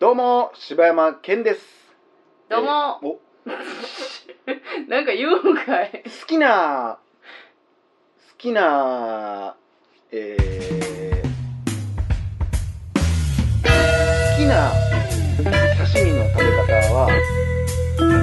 うも柴山健ですどうもえーお好なんか言うんかい。きな好きなえー、好きな刺身の食べ方は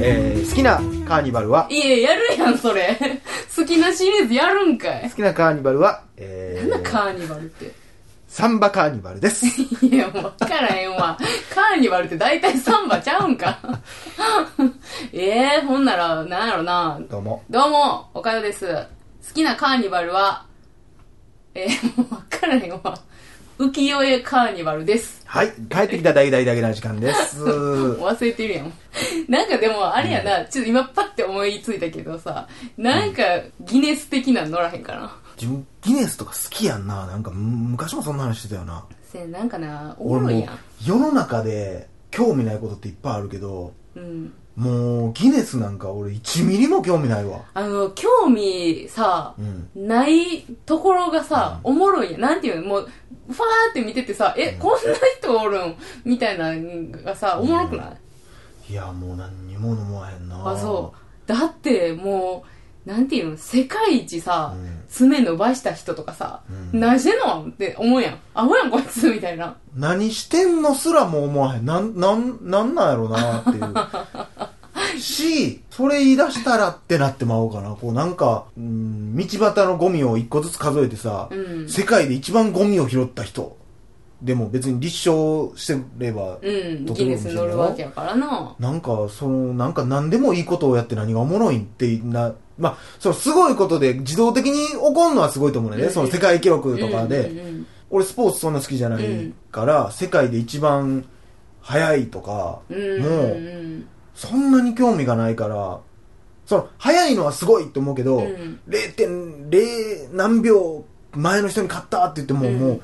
えー、好きなカーニバルはいえ、やるやん、それ。 好きなシリーズやるんかい好。きなカーニバルは、えなんだカーニバルって。サンバカーニバルですいや、もう分からへんわ。カーニバルって大体サンバちゃうんか。 ええほんなら、なんやろな。 どうもどうも、おかよです。好きなカーニバルは、えー、もう分からへんわ。浮世絵カーニバルです。はい帰ってきた大々だけな時間です 忘れてるやん。なんかでも、あれやな、ちょっと今パッて思いついたけどさ、なんかギネス的なの乗らへんかな。自分ギネスとか好きやんななんかむ昔もそんな話してたよなせやなんかな、おも俺ろいもやん。世の中で興味ないことっていっぱいあるけどうん。もうギネスなんか俺1ミリも興味ないわあの、興味さう、んないところがさ、おもろいやん。なんていうのもう、ファーって見ててさ、え、こんな人おるんみたいなのがさ、おもろくない、いやもう何にも飲まへんなあ、そう。だって、もう、なんていうの、世界一さ、うん爪伸ばした人とかさ、うんなぜのって思うやん。アホやん、こいつ、みたいな。何してんのすらも思わへんなんなんなんなんやろなって いうしそれ言い出したらってなってまおうかなこうなんか、うん、道端のゴミを一個ずつ数えてさ、うん世界で一番ゴミを拾った人でも別に立証してればうん、どこギネス乗るでもわけいいんじゃないやからな。なんかそのなんか何でもいいことをやって何がおもろいんってなまあそのすごいことで自動的に起こるのはすごいと思うね、うんその世界記録とかで、うんうんうん俺スポーツそんな好きじゃないから、世界で一番速いとか、うんもうんうそんなに興味がないからその速いのはすごいって思うけど、うん0.0何秒前の人に勝ったって言っても、うんもう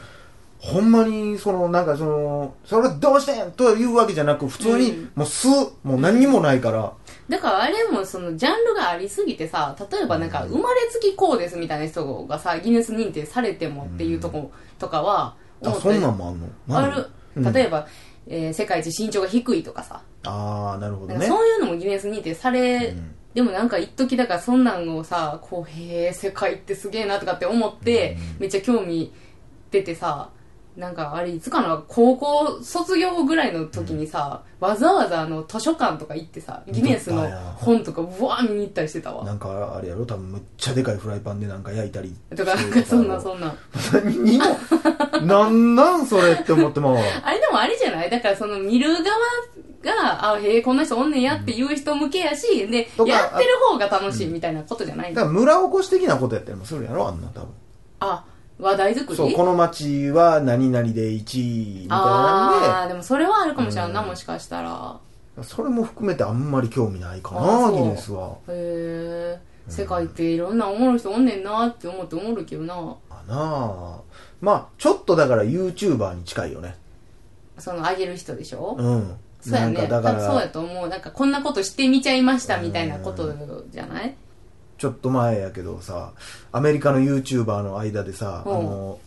ほんまにそのなんかそのそれどうしてんというわけじゃなく普通に、うんもうすもう何にもないから、だからあれもそのジャンルがありすぎてさ例えばなんか生まれつきこうですみたいな人がさギネス認定されてもっていうとことかあは思ったそりんなんもあんのあなんるでうん例えば、えー世界一身長が低いとかさああなるほどなんかねそういうのもギネス認定さうれ、んでもなんか一時だからそんなんをさこうへえ世界ってすげえなとかって思って、めっちゃ興味出てさなんかあれいつかな高校卒業ぐらいの時にさ、わざわざあの図書館とか行ってさギネス見のとったんや本とかブワー見に行ったりしてたわなんかあれやろ多分むっちゃでかいフライパンでなんか焼いたりとかなんかそんなうそんな何にもなんなんそれって思ってまうわあれでもあれじゃないだからその見る側があへえこんな人おんねんやっていう人向けやし、でとかやってる方が楽しいみたいなことじゃないだんから村おこし的なことやったりもするやろあんな多分あ話題作りそうこの町は何々で1位みたいあなあんでもそれはあるかもしれんな、うんもしかしたらでそれも含めてあんまり興味ないかあなそうギネスはへえ世界っていろんなおもろい人おんねんなって思っておもろいけどなかなあまあちょっとだから YouTuber に近いよねそのあげる人でしょ、うんそうやなねんかだか多分そうやらと思うなんかこんなことしてみちゃいましたみたいなことじゃないちょっと前やけどさアメリカの YouTuber の間でさ、うんあの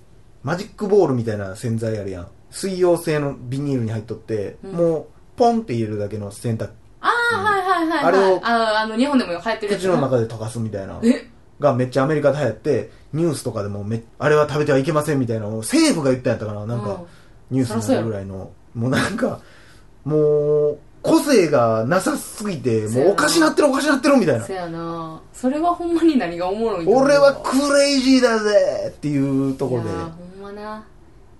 マジックボールみたいな洗剤あるやん水溶性のビニールに入っとって、うんもうポンって入れるだけの洗濯ああ、はいはいはいあれはいをああの日本でも流行ってるやつ口の中で溶かすみたいなえがめっちゃアメリカで流行ってニュースとかでもめあれは食べてはいけませんみたいなのを政府が言ったんやったかななんか、ニュースになるぐらいのもうなんかもう個性がなさすぎてそもやうなおかしなってるおかしなってるみたういんなそやなそれはほんまに何がおもろいと思う俺はクレイジーだぜっていうところでいやーほんまな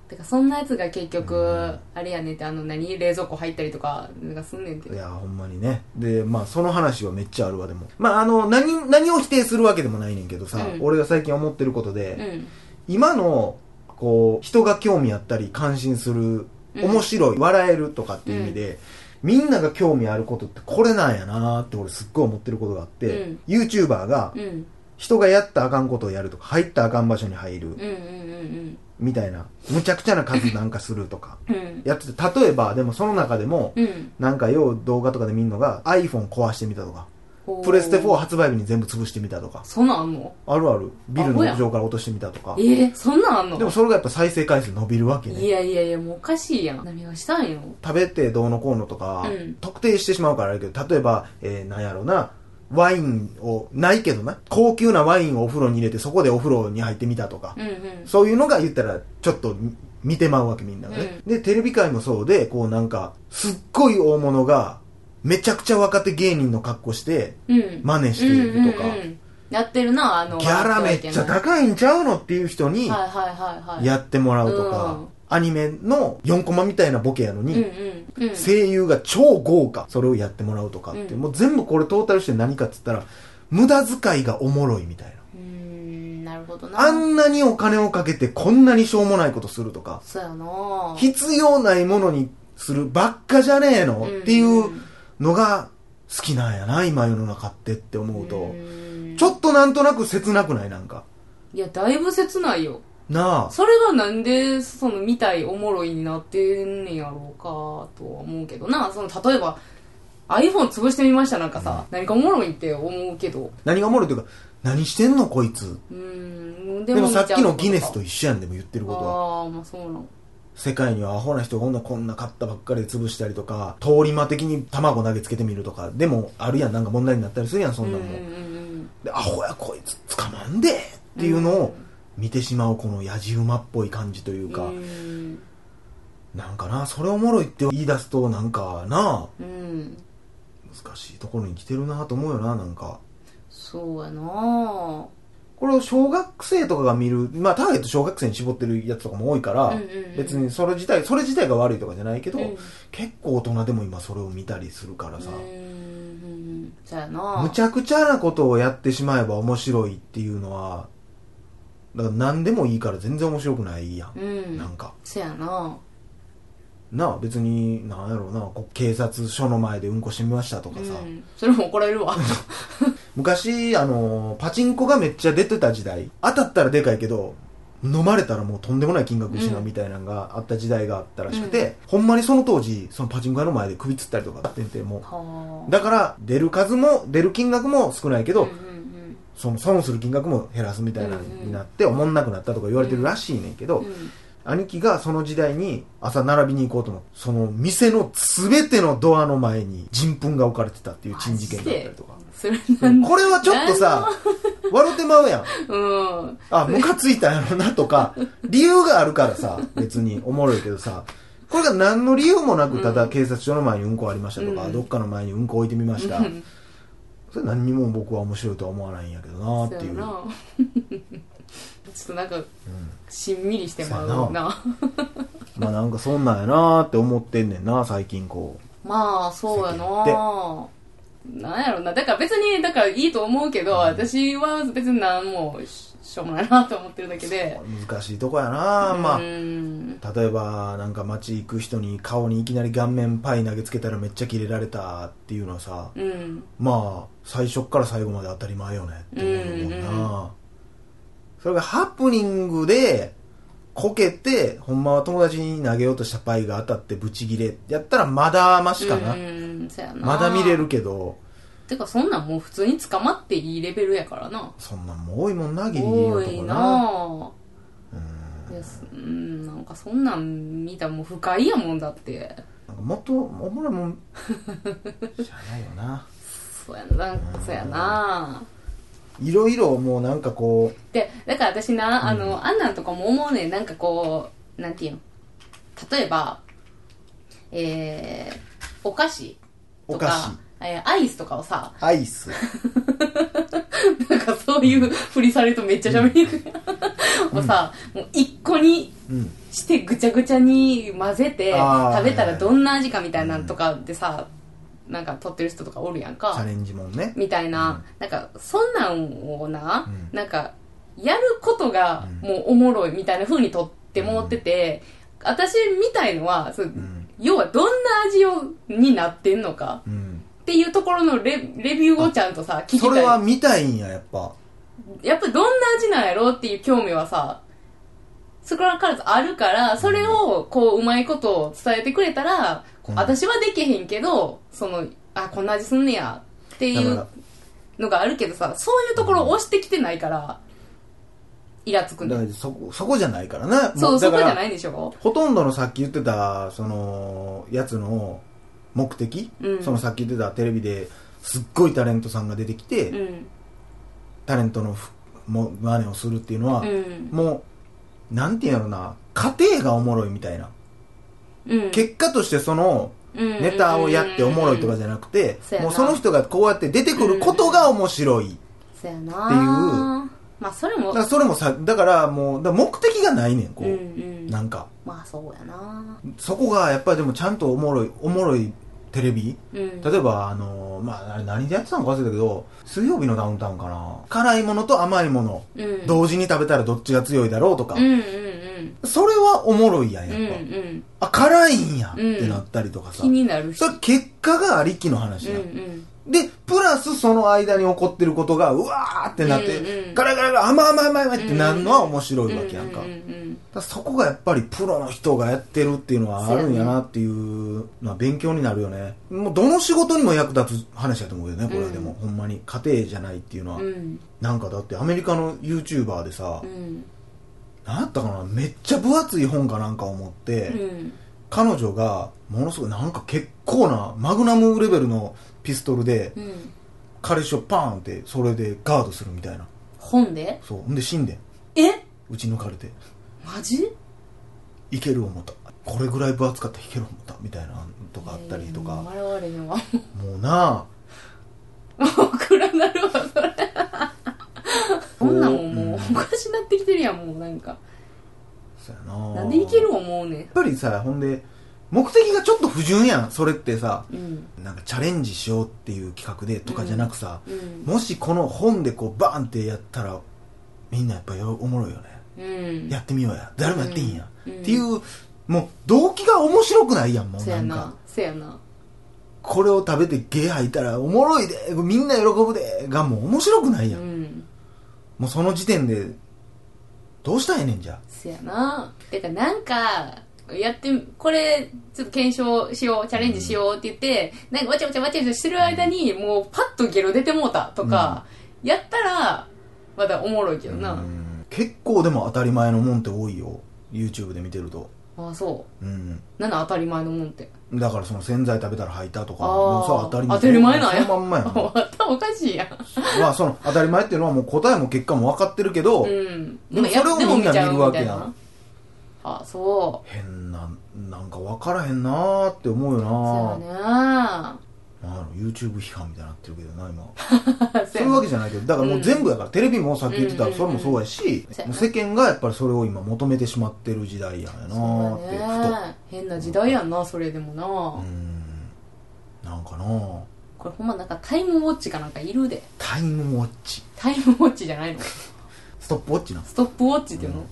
てかそんなやつが結局、あれやねんってあの何冷蔵庫入ったりとかなんかすんねんていやほんまにねでまあその話はめっちゃあるわでもまああの何何を否定するわけでもないねんけどさ、うん俺が最近思ってることうで、ん今のこう人が興味あったり関心するうん面白い、笑えるとかっていう意味で、みんなが興味あることってこれなんやなーって俺すっごい思ってることがあって、うん YouTuber がうん人がやったらあかんことをやるとか、入ったらあかん場所に入る、うんうんみたいな、むちゃくちゃな数なんかするとか、うんうんうんやってて、例えば、でもその中でも、うんなんかよう動画とかで見るのが、iPhone 壊してみたとか、ほうプレステ4発売日に全部潰してみたとか、そんなんあんのあるある、ビルの屋上から落としてみたとか、ええそんなんあんのでもそれがやっぱ再生回数伸びるわけいね。やいやいやもうおかしいやん何がしたんよ食べてどうのこうのとか、うん特定してしまうからあれやけど、例えば、えー、なんやろうな、ワインを、ないけどな、高級なワインをお風呂に入れて、そこでお風呂に入ってみたとか、うんうんそういうのが言ったら、ちょっとみ見てまうわけみんながね、で、テレビ界もそうで、こうなんか、すっごい大物が、めちゃくちゃ若手芸人の格好して、うん真似しているとか、うんうんうんやってるなあのギャラめっちゃ高いんちゃうのっていう人にはい、はいはいはいやってもらうとか、うんアニメの4コマみたいなボケやのうに、んうんうん声優が超豪華それをやってもらうとかって、うんもう全部これトータルして何かっつったら無駄遣いがおもろいみたいなうーんなるほどなあんなにお金をかけてこんなにしょうもないことするとかそうやな必要ないものにするばっかじゃねえの、っていうのが好きなんやな今世の中ってって思うと、ちょとっとなんとなく切なくないなんかいやだいぶ切ないよなあそれがなんでその見たいおもろいになってんねやろうかとは思うけどなその例えば iPhone 潰してみましたなんかさ、何かおもろいって思うけど何がおもろいというか何してんのこいつうーんでもさっきのギネスと言一緒やんでも言ってることはああーまあそうなの世界にはアホな人がこんなこんな買ったばっかりで潰したりとか通り魔的に卵投げつけてみるとかでもあるやんなんか問題になったりするやんそんなもん、うんうんうんでアホやこいつ捕まんでっていうのを見てしまうこのやじ馬っぽい感じといううんか、うんなんかなそれおもろいって言い出すとなんかなうん難しいところに来てるなと思うよななんかそうやなこれを小学生とかが見るまあターゲット小学生に絞ってるやつとかも多いから、うんうんうん別にそれ自体それ自体が悪いとかじゃないけど、うん結構大人でも今それを見たりするからさ、うんうんうんそうやなむちゃくちゃなことをやってしまえば面白いっていうのはだから何でもいいから全然面白くないやん、うんなんかそうやななあ別になんやろうなこう警察署の前でうんこしてみましたとかさ、うん、それも怒られるわ昔あのーパチンコがめっちゃ出てた時代当たったらでかいけど飲まれたらもうとんでもない金額失うみたいなのがあった時代があったらしくて、ほんまにその当時そのパチンコ屋の前で首つったりとかあってんてもはう だから出る数も出る金額も少ないけあど、うんうんその損する金額も減らすみたいなのになって、おもんなくなったとか言われてるらしいねんけど、うんうん兄貴がその時代に朝並びに行こうと思ってその店の全てのドアの前に人糞が置かれてたっていう珍事件があったりとかそれなんこれはちょっとさ笑ってまうやんうんあムカついたんやろなとか理由があるからさ別におもろいけどさこれが何の理由もなくただ警察署の前にうんこありましたとか、うんどっかの前にうんこ置いてみました、うんそれ何にも僕は面白いとは思わないんやけどなそっうやていうなちょっとなんかしんみりしてまそううやななまあなんかそんなんやなーって思ってんねんな、最近こまあそうやななんやろなだから別にだからいいと思うけど私は別に何もししょうもないなと思ってるだけうで。難しいとこやなー、まうんあ。例えば、なんか街行く人に顔にいきなり顔面パイ投げつけたらめっちゃキレられたっていうのはさ、うんまあ、最初っから最後まで当たり前よねって思うもんな、うんうんそれがハプニングで、こけて、ほんまは友達に投げようとしたパイが当たってブチギレやったらまだマシかな。うんそうやなまだ見れるけど、てかそんなんもう普通に捕まっていいレベルやからなそんなんも多いもんな、ギリギリの多といこな。なうんぁですうんなんかそんなん見たらもう不快やもんだってなんかもっとおもろいもん知らないよなそうやななんかそうやないろいろもうなんかこうでだから私なあの、あんなんとかも思うねんなんかこうなんていうの例えばえー、お菓子とお菓子かえーアイスとかをさアイスなんかそういうふりされるとめっちゃ喋りにくい、 をさもう一個にうんしてぐちゃぐちゃに混ぜてあー食べたらどんな味かみたいなのとかでさ、なんか撮ってる人とかおるやんチャかレンジもんねみたいな、なんかそんなんをな、うなんかやることがうんもうおもろいみたいな風に撮ってもってて、私みたいのはそう、ん要はどんな味をになってんのかうんっていうところのレレビューをちゃんとさ聞きそたれはい見たいんややっぱやっぱりどんな味なんやろうっていう興味はさ、少なからずあるから、それをこううまいことを伝えてくれたら、こううん私はできへんけど、その、あ、こんな味すんねやっていだかうらのがあるけどさ、そういうところを押してきてないから、イラつくんだだよ。からそこそこじゃないからねもそう、だそかこじらゃないんでしょほとんどのさっき言ってたそのやつの目的、うんそのさっき言ってたテレビですっごいタレントさんが出てきて、うん。タレントのふも真似をするっていうのは、うん。もうなんていうんやろな家庭がおもろいみたいな、うん。結果としてそのうんネタをやっておもろいとかじゃなくて、そうやなもうその人がこうやって出てくることが面白い、そうやなっていうまあそれもだからそれもさだからもうだから目的がないねんこうう、んうんなんかまあそうやなそこがやっぱりでもちゃんとおもろいおもろいテレビうん例えばあのーまああれ何でやってたのか忘れたけど水曜日のダウンタウンかな辛いものと甘いものうん同時に食べたらどっちが強いだろうとか、うんうんそれはおもろいやんうんやうんうっぱ、あん辛いんやってなったりとかさ、気になるしそれは結果がありきの話うやんん、うんでプラスその間に起こってることがうわーってなって、うんうんガラガラガラ甘い甘い甘い甘いってなるのは面白いわけやんか、うんうんうんだからそこがやっぱりプロの人がやってるっていうのはあるんやなっていうのは勉強になるよねもうどの仕事にも役立つ話やと思うよねこれはでも、ほんまに家庭じゃないっていうのは、うんなんかだってアメリカの YouTuber でさ、うんなんやったかなめっちゃ分厚い本かなんかを持って、うん彼女がものすごいなんか結構なマグナムレベルのピストルでうん彼氏をパーンってそれでガードするみたいな本でそうんで死んでんえ撃ち抜かれてマジいける思ったこれぐらい分厚かったらいける思ったみたいなのとかあったりとうんか、笑われへんわももうなう暗なるわそれ こんなんもうんもうおかしなってきてるやんもうなんかそうやななんでいけやる思うねんっぱりさほんで目的がちょっと不純やんそれってさうんなんかチャレンジしようっていう企画でとかじゃなくさ、うんもしこの本でこうバーンってやったらみんなやっぱよおもろいよねうんやってみようや誰もやっていいんや、うんっていうもう動機が面白くないやんもうそなやんかなそやなこれを食べてゲ吐いたらおもろいでみんな喜ぶでがもう面白くないうやん、んもうその時点でどうしたんやねんじゃそやなてかなんかやってみこれちょっと検証しようチャレンジしようって言って、なんかわちゃわちゃわちゃわちゃしてる間にもうパッとゲロ出てもうたとか、やったらまだおもろいけどな、うん結構でも当たり前のもんって多いよ YouTube で見てるとああそうんうなんなん当たり前のもんって だからその洗剤食べたら吐いたとかあーもうさ当たり前当たり前なんやそのまんまや ん頭おかしいやんまあその当たり前っていうのはもう答えも結果も分かってるけど、うんでもそれをみんな見るわけやんああそ変ななんか分からへんなーって思うようなそやなまああの YouTube 批判みたいになってるけどな今そそういやうなわけじゃないけどだからもう全部やから、テレビもさっき言ってたうんうんうんそれもそうやし、そうやもなう世間がやっぱりそれを今求めてしまってる時代やなーってそうふだとね変な時代やんなそれでもな、うーんなんかなこれほんまなんかタイムウォッチかなんかいるでタイムウォッチタイムウォッチじゃないのスストップウォッチなトップウォッチっていうの、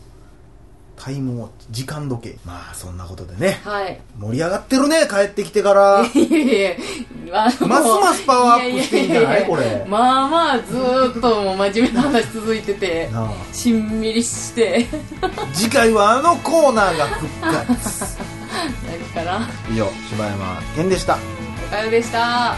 タイムウォッチ時間時計まあそんなことでねはい盛り上がってるね帰ってきてからいやいやいやあのますますパワーアップしてんじゃないやややこれまあまあずーっともう真面目な話続いててなあしんみりして 次回はあのコーナーが復活 なるから以上柴山健でしたおかよでした